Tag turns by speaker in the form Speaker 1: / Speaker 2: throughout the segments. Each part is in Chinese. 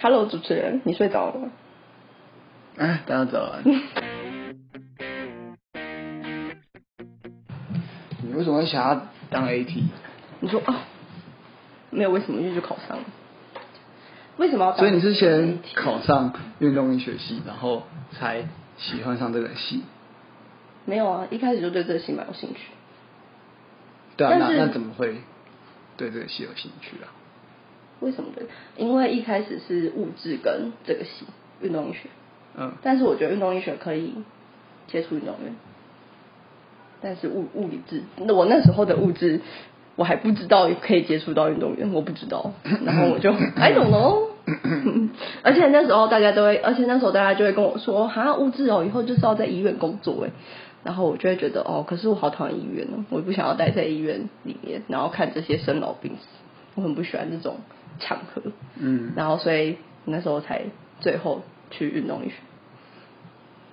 Speaker 1: Hello，主持人，你睡着了吗？
Speaker 2: 哎，大家早 安。你为什么会想要当 AT？
Speaker 1: 你说啊，没有为什么，因为就考上了。为什么要当？
Speaker 2: 所以你是先考上运动医学系，然后才喜欢上这个系。
Speaker 1: 没有啊，一开始就对这个戏蛮有兴趣。
Speaker 2: 对啊，那
Speaker 1: 但是
Speaker 2: 那怎么会对这个系有兴趣啊？
Speaker 1: 为什么对？因为一开始是物质跟这个系运动医学，
Speaker 2: 嗯，
Speaker 1: 但是我觉得运动医学可以接触运动员，但是物物理治，那我那时候的物质我还不知道可以接触到运动员，我不知道，然后我就 I don't know 嗯。而且那时候大家都会，而且那时候大家就会跟我说，哈，物质哦，以后就是要在医院工作哎。然后我就会觉得，哦，可是我好讨厌医院哦，我不想要待在医院里面，然后看这些生老病死，我很不喜欢这种场合。
Speaker 2: 嗯
Speaker 1: 然后所以那时候才最后去运动医学，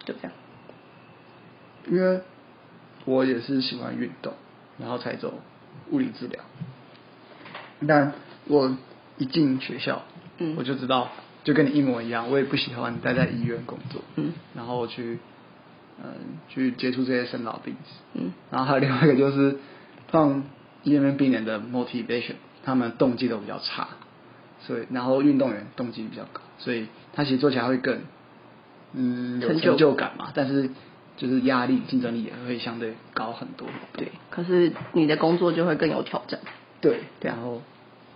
Speaker 1: 就这样。
Speaker 2: 因为我也是喜欢运动，然后才走物理治疗。但我一进学校，
Speaker 1: 嗯
Speaker 2: 我就知道，就跟你一模一样，我也不喜欢待在医院工作，
Speaker 1: 嗯
Speaker 2: 然后去，嗯、去接触这些生老病死，
Speaker 1: 嗯
Speaker 2: 然后还有另外一个就是，放医院病人的 motivation，他们动机都比较差，所以然后运动员动机比较高，所以他其实做起来会更，嗯，有
Speaker 1: 成就
Speaker 2: 成就感嘛，但是就是压力、竞争力也会相对高很多。
Speaker 1: 对。可是你的工作就会更有挑战。
Speaker 2: 对，然后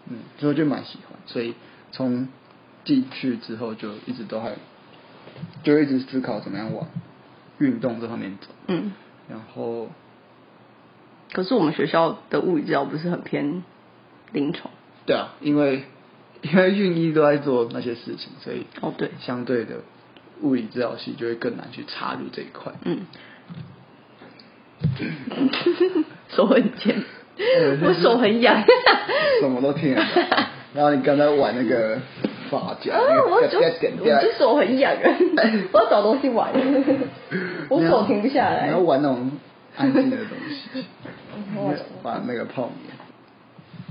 Speaker 2: 嗯，所以我就蛮喜欢，所以从进去之后就一直都还，就一直思考怎么样往运动这方面走，
Speaker 1: 嗯，
Speaker 2: 然后
Speaker 1: 可是我们学校的物理治疗不是很偏临床？
Speaker 2: 对啊，因为因为运医都在做那些事情，所以
Speaker 1: 哦，对，
Speaker 2: 相对的物理治疗系就会更难去插入这一块。
Speaker 1: 嗯， 手很尖，我手很痒。
Speaker 2: 什么都听得懂。然后你刚才玩那个发夹，
Speaker 1: 啊！
Speaker 2: 那个
Speaker 1: 我就
Speaker 2: 点点点
Speaker 1: 我就手很痒 啊，我要找东西玩， 我手停不下来。
Speaker 2: 你要玩那种安静的东 西，
Speaker 1: 我
Speaker 2: 玩那个泡棉。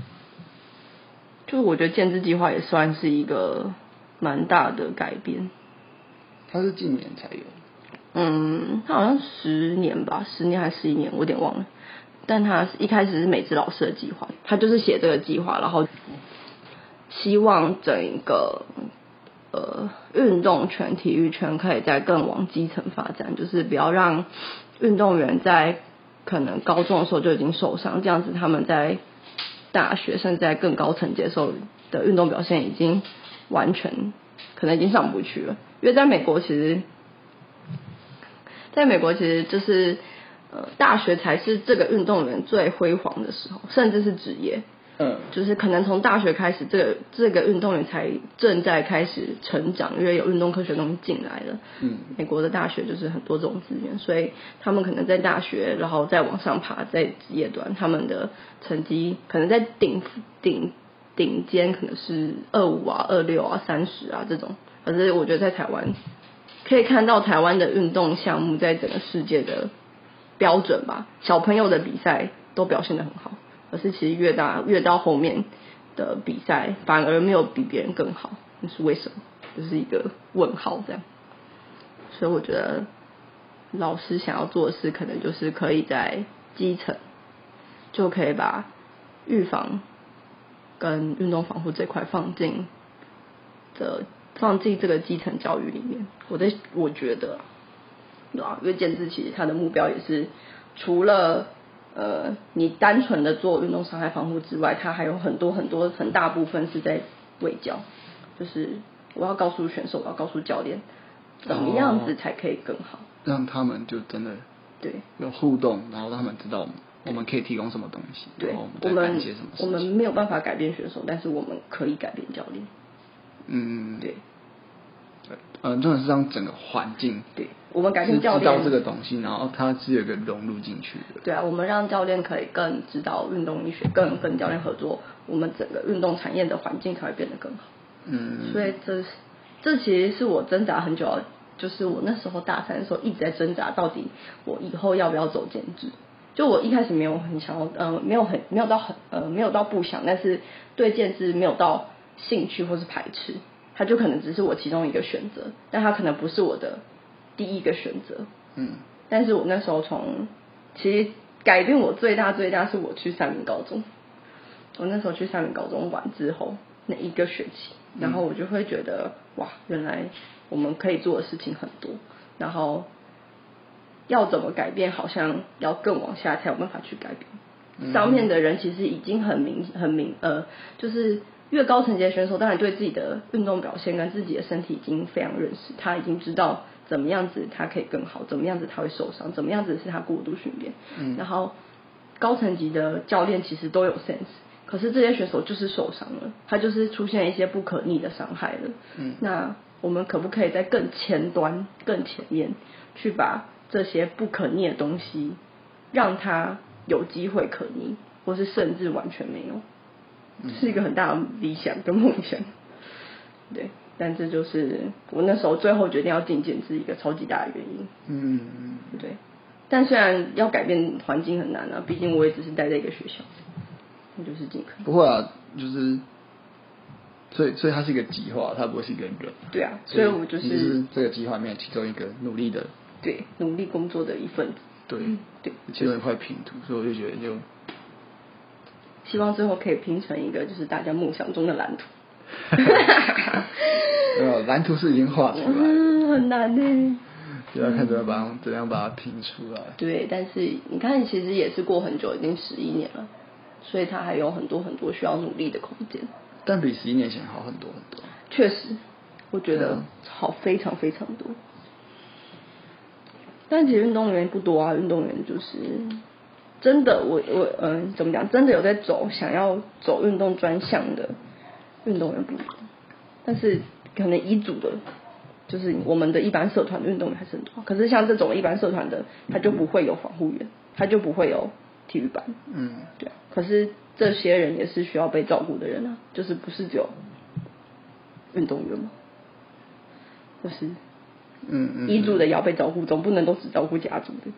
Speaker 1: 就是我觉得建制计划也算是一个蛮大的改变。
Speaker 2: 它是近年才有，
Speaker 1: 嗯，它好像十年吧，十年还是十一年，我有点忘了。但它一开始是美智老师的计划，他就是写这个计划，然后希望整个呃运动圈、体育圈可以再更往基层发展，就是不要让运动员在可能高中的时候就已经受伤，这样子他们在大学甚至在更高层接受的运动表现已经完全可能已经上不去了，因为在美国其实。在美国其实就是呃大学才是这个运动员最辉煌的时候，甚至是职业，
Speaker 2: 嗯，
Speaker 1: 就是可能从大学开始，这个这个运动员才正在开始成长，因为有运动科学东西进来了。
Speaker 2: 嗯
Speaker 1: 美国的大学就是很多种资源，所以他们可能在大学，然后再往上爬，在职业端，他们的成绩可能在顶顶顶尖可能是二五啊、二六啊、三十啊这种。可是我觉得在台湾可以看到台湾的运动项目在整个世界的标准吧，小朋友的比赛都表现得很好，可是其实越大越到后面的比赛反而没有比别人更好，那是为什么？就是一个问号这样。所以我觉得老师想要做的事，可能就是可以在基层就可以把预防跟运动防护这块放进的放进这个基层教育里面。我的我觉得啊，对啊，因为减脂其实它的目标也是除了呃你单纯的做运动伤害防护之外，它还有很多很多很大部分是在卫教，就是我要告诉选手，我要告诉教练，怎么样
Speaker 2: 哦
Speaker 1: 子才可以更好。
Speaker 2: 让他们就真的
Speaker 1: 对，
Speaker 2: 有互动，然后让他们知道我们可以提供什么东西，
Speaker 1: 对
Speaker 2: 然后我们
Speaker 1: 我
Speaker 2: 在
Speaker 1: 们
Speaker 2: 干些什么事
Speaker 1: 我
Speaker 2: 情。
Speaker 1: 们没有办法改变选手，但是我们可以改变教练。
Speaker 2: 嗯，
Speaker 1: 对
Speaker 2: 对，嗯，重点是让整个环境
Speaker 1: 对，我们改
Speaker 2: 是
Speaker 1: 变教
Speaker 2: 知道
Speaker 1: 练
Speaker 2: 这个东西，然后它是有一个融入进去的。
Speaker 1: 对啊，我们让教练可以更知道运动医学，更跟教练合作，我们整个运动产业的环境才会变得更好。
Speaker 2: 嗯，
Speaker 1: 所以这这其实是我挣扎很久的，就是我那时候大三的时候一直在挣扎，到底我以后要不要走兼职。就我一开始没有很想要，呃，没有很没有到很呃没有到不想，但是对兼职没有到兴趣或是排斥，它就可能只是我其中一个选择，但它可能不是我的第一个选择。
Speaker 2: 嗯，
Speaker 1: 但是我那时候从，其实改变我最大最大是我去三明高中，我那时候去三明高中玩之后那一个学期，然后我就会觉得哇，原来我们可以做的事情很多，然后要怎么改变，好像要更往下才有办法去改变。上面的人其实已经很明很明呃，就是越高层级的选手，当然对自己的运动表现跟自己的身体已经非常认识，他已经知道怎么样子他可以更好，怎么样子他会受伤，怎么样子是他过度训练。
Speaker 2: 嗯
Speaker 1: 然后高层级的教练其实都有 sense，可是这些选手就是受伤了，他就是出现一些不可逆的伤害了。
Speaker 2: 嗯
Speaker 1: 那我们可不可以在更前端、更前面去把这些不可逆的东西，让它有机会可逆，或是甚至完全没有？
Speaker 2: 嗯
Speaker 1: 是一个很大的理想跟梦想。对，但这就是我那时候最后决定要进健是一个超级大的原因。
Speaker 2: 嗯嗯
Speaker 1: 对，但虽然要改变环境很难啊，毕竟我也只是待在一个学校，我就是尽可能。
Speaker 2: 不会啊，就是，所以所以它是一个计划，它不会是一个人。
Speaker 1: 对啊所以我就
Speaker 2: 就是是这个计划里面其中一个努力的，
Speaker 1: 对，努力工作的一份子。
Speaker 2: 对
Speaker 1: 嗯对，
Speaker 2: 其中一块拼图，所以我就觉得就，
Speaker 1: 希望最后可以拼成一个就是大家梦想中的蓝图。
Speaker 2: 呃，蓝图是已经画出来了，
Speaker 1: 嗯，很难呢。
Speaker 2: 就要看怎么把它怎么样把它拼出来。
Speaker 1: 对，但是你看，其实也是过很久，已经十一年了，所以他还有很多很多需要努力的空间。
Speaker 2: 但比十一年前好很多很多。
Speaker 1: 确实，我觉
Speaker 2: 对
Speaker 1: 得
Speaker 2: 啊
Speaker 1: 好非常非常多。但其实运动员不多啊，运动员就是真的，我我嗯、怎么讲？真的有在走想要走运动专项的运动员不多，但是可能一组的，就是我们的一般社团的运动员还是很多。可是像这种一般社团的，他就不会有防护员，他就不会有体育班，
Speaker 2: 嗯，
Speaker 1: 对啊，可是这些人也是需要被照顾的人啊，就是不是只有运动员嘛，就是
Speaker 2: 嗯嗯，
Speaker 1: 遗嘱的也要被照顾，总不能都只照顾家族的。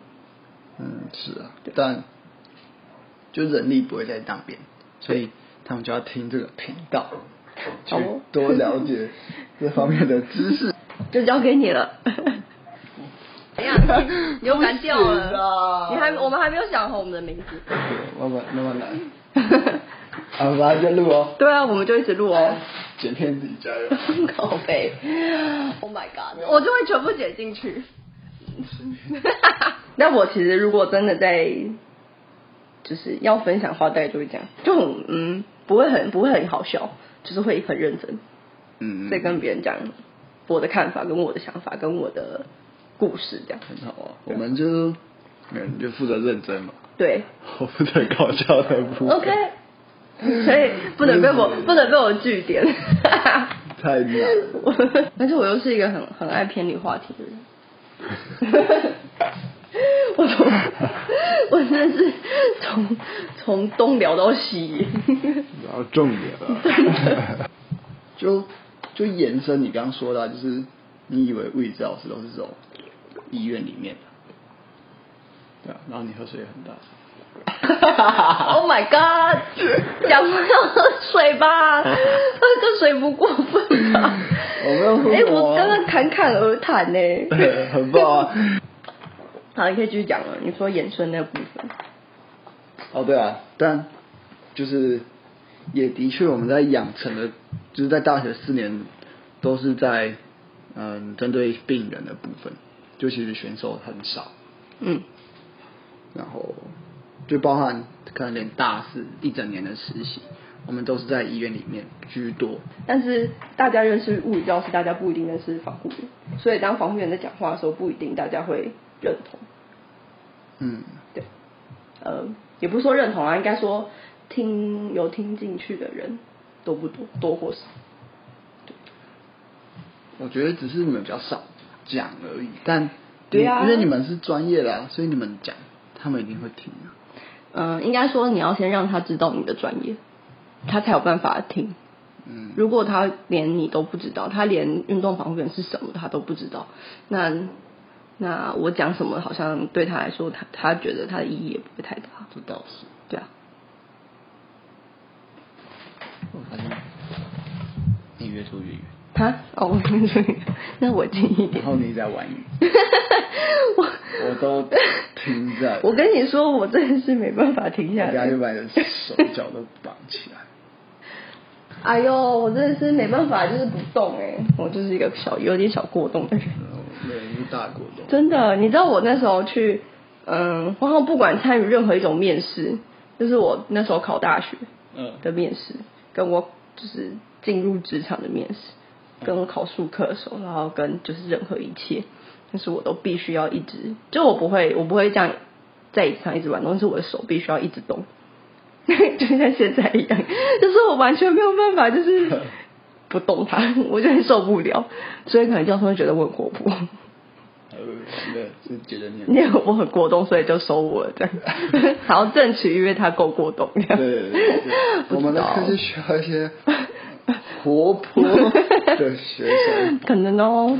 Speaker 2: 嗯，是啊
Speaker 1: 对，
Speaker 2: 但就人力不会在那边，所以他们就要听这个频道，去
Speaker 1: 好哦
Speaker 2: 多 了解这方面的知识。
Speaker 1: 就交给你了。 哎呀， 你你又敢掉
Speaker 2: 不是
Speaker 1: 了
Speaker 2: 啊？
Speaker 1: 你还我们还没有想好我们的名字。
Speaker 2: 慢慢慢慢来，啊，马上就录哦，
Speaker 1: 对啊，我们就一直录哦。
Speaker 2: 剪片自己加 油。
Speaker 1: 靠背，Oh my god，我就会全部剪进去。 那我其实如果真的在，就是要分享的话，大概就会这样，就很嗯，不会很不会很好笑，就是会很认真
Speaker 2: 嗯，
Speaker 1: 在跟别人讲我的看法、跟我的想法、跟我的故事这样。
Speaker 2: 很好啊，我们就没有你就负责认真嘛，
Speaker 1: 对
Speaker 2: 我负责搞笑的部分。
Speaker 1: ，OK，所 以不能被我不能被我据点。
Speaker 2: 嗯 太难了，
Speaker 1: 我 而且我又是一个很很爱偏离话题的人。 我从我真的是从从东聊到 西，
Speaker 2: 然后重点了， 就就延伸你刚刚说的啊、就是你以为物理治疗师都是这种医院里面的，对啊，然后你喝水也很大声，
Speaker 1: Oh my god！讲话要喝水吧，喝个水不过分吧？
Speaker 2: 我没有喝
Speaker 1: 哎、
Speaker 2: 什么
Speaker 1: 我刚刚侃侃而谈呢、
Speaker 2: 对 很棒啊。
Speaker 1: 好，你可以继续讲了。你说延伸那个部分，
Speaker 2: 哦，对啊，但就是也的确，我们在养成的，就是在大学四年都是在嗯针对病人的部分，就其实选手很少，
Speaker 1: 嗯
Speaker 2: 然后就包含可能连大四一整年的实习，我们都是在医院里面居多。
Speaker 1: 但是大家认识物理教师，大家不一定认识防护员，所以当防护员在讲话的时候，不一定大家会认同。
Speaker 2: 嗯，
Speaker 1: 对，呃，也不是说认同啊，应该说听有听进去的人多不多，多或少。
Speaker 2: 我觉得只是你们比较少讲而已，但
Speaker 1: 对啊
Speaker 2: 因为你们是专业的、啊，所以你们讲，他们一定会听啊。
Speaker 1: 嗯、应该说你要先让他知道你的专业，他才有办法听。
Speaker 2: 嗯，
Speaker 1: 如果他连你都不知道，他连运动防护员是什么他都不知道，那那我讲什么好像对他来说，他他觉得他的意义也不会太大。
Speaker 2: 这倒是。
Speaker 1: 对啊，
Speaker 2: 我发现你越做越远。
Speaker 1: 哈，哦， 那我近一点
Speaker 2: 然。后你再玩鱼，
Speaker 1: 我
Speaker 2: 我都停在
Speaker 1: 我跟你说，我真的是没办法停下
Speaker 2: 我家
Speaker 1: 来
Speaker 2: 就。把你的手脚都绑起来。
Speaker 1: 哎呦，我真的是没办法，就是不动哎、我就是一个小有点小过动的人。
Speaker 2: 然后对，一个大果冻。
Speaker 1: 真的，你知道我那时候去，嗯，然后不管参与任何一种面试，就是我那时候考大学
Speaker 2: 嗯
Speaker 1: 的面试，跟我就是进入职场的面试，跟我考数课的时候，然后跟就是任何一切，就是我都必须要一直，就我不会，我不会这样在椅子上一直玩，但是我的手必须要一直动， 就像现在一样，就是我完全没有办法，就是。不动它，我就很受不了，所以可能教授会觉得我很活泼。
Speaker 2: 呃，对，是觉得你
Speaker 1: 因
Speaker 2: 很
Speaker 1: 为我很过动，所以就收我了这样。 然后正取，因为他够过动。 这样
Speaker 2: 对对对对，
Speaker 1: 不
Speaker 2: 我们
Speaker 1: 知
Speaker 2: 的
Speaker 1: 道
Speaker 2: 课是需要一些活泼的学生。
Speaker 1: 可能哦，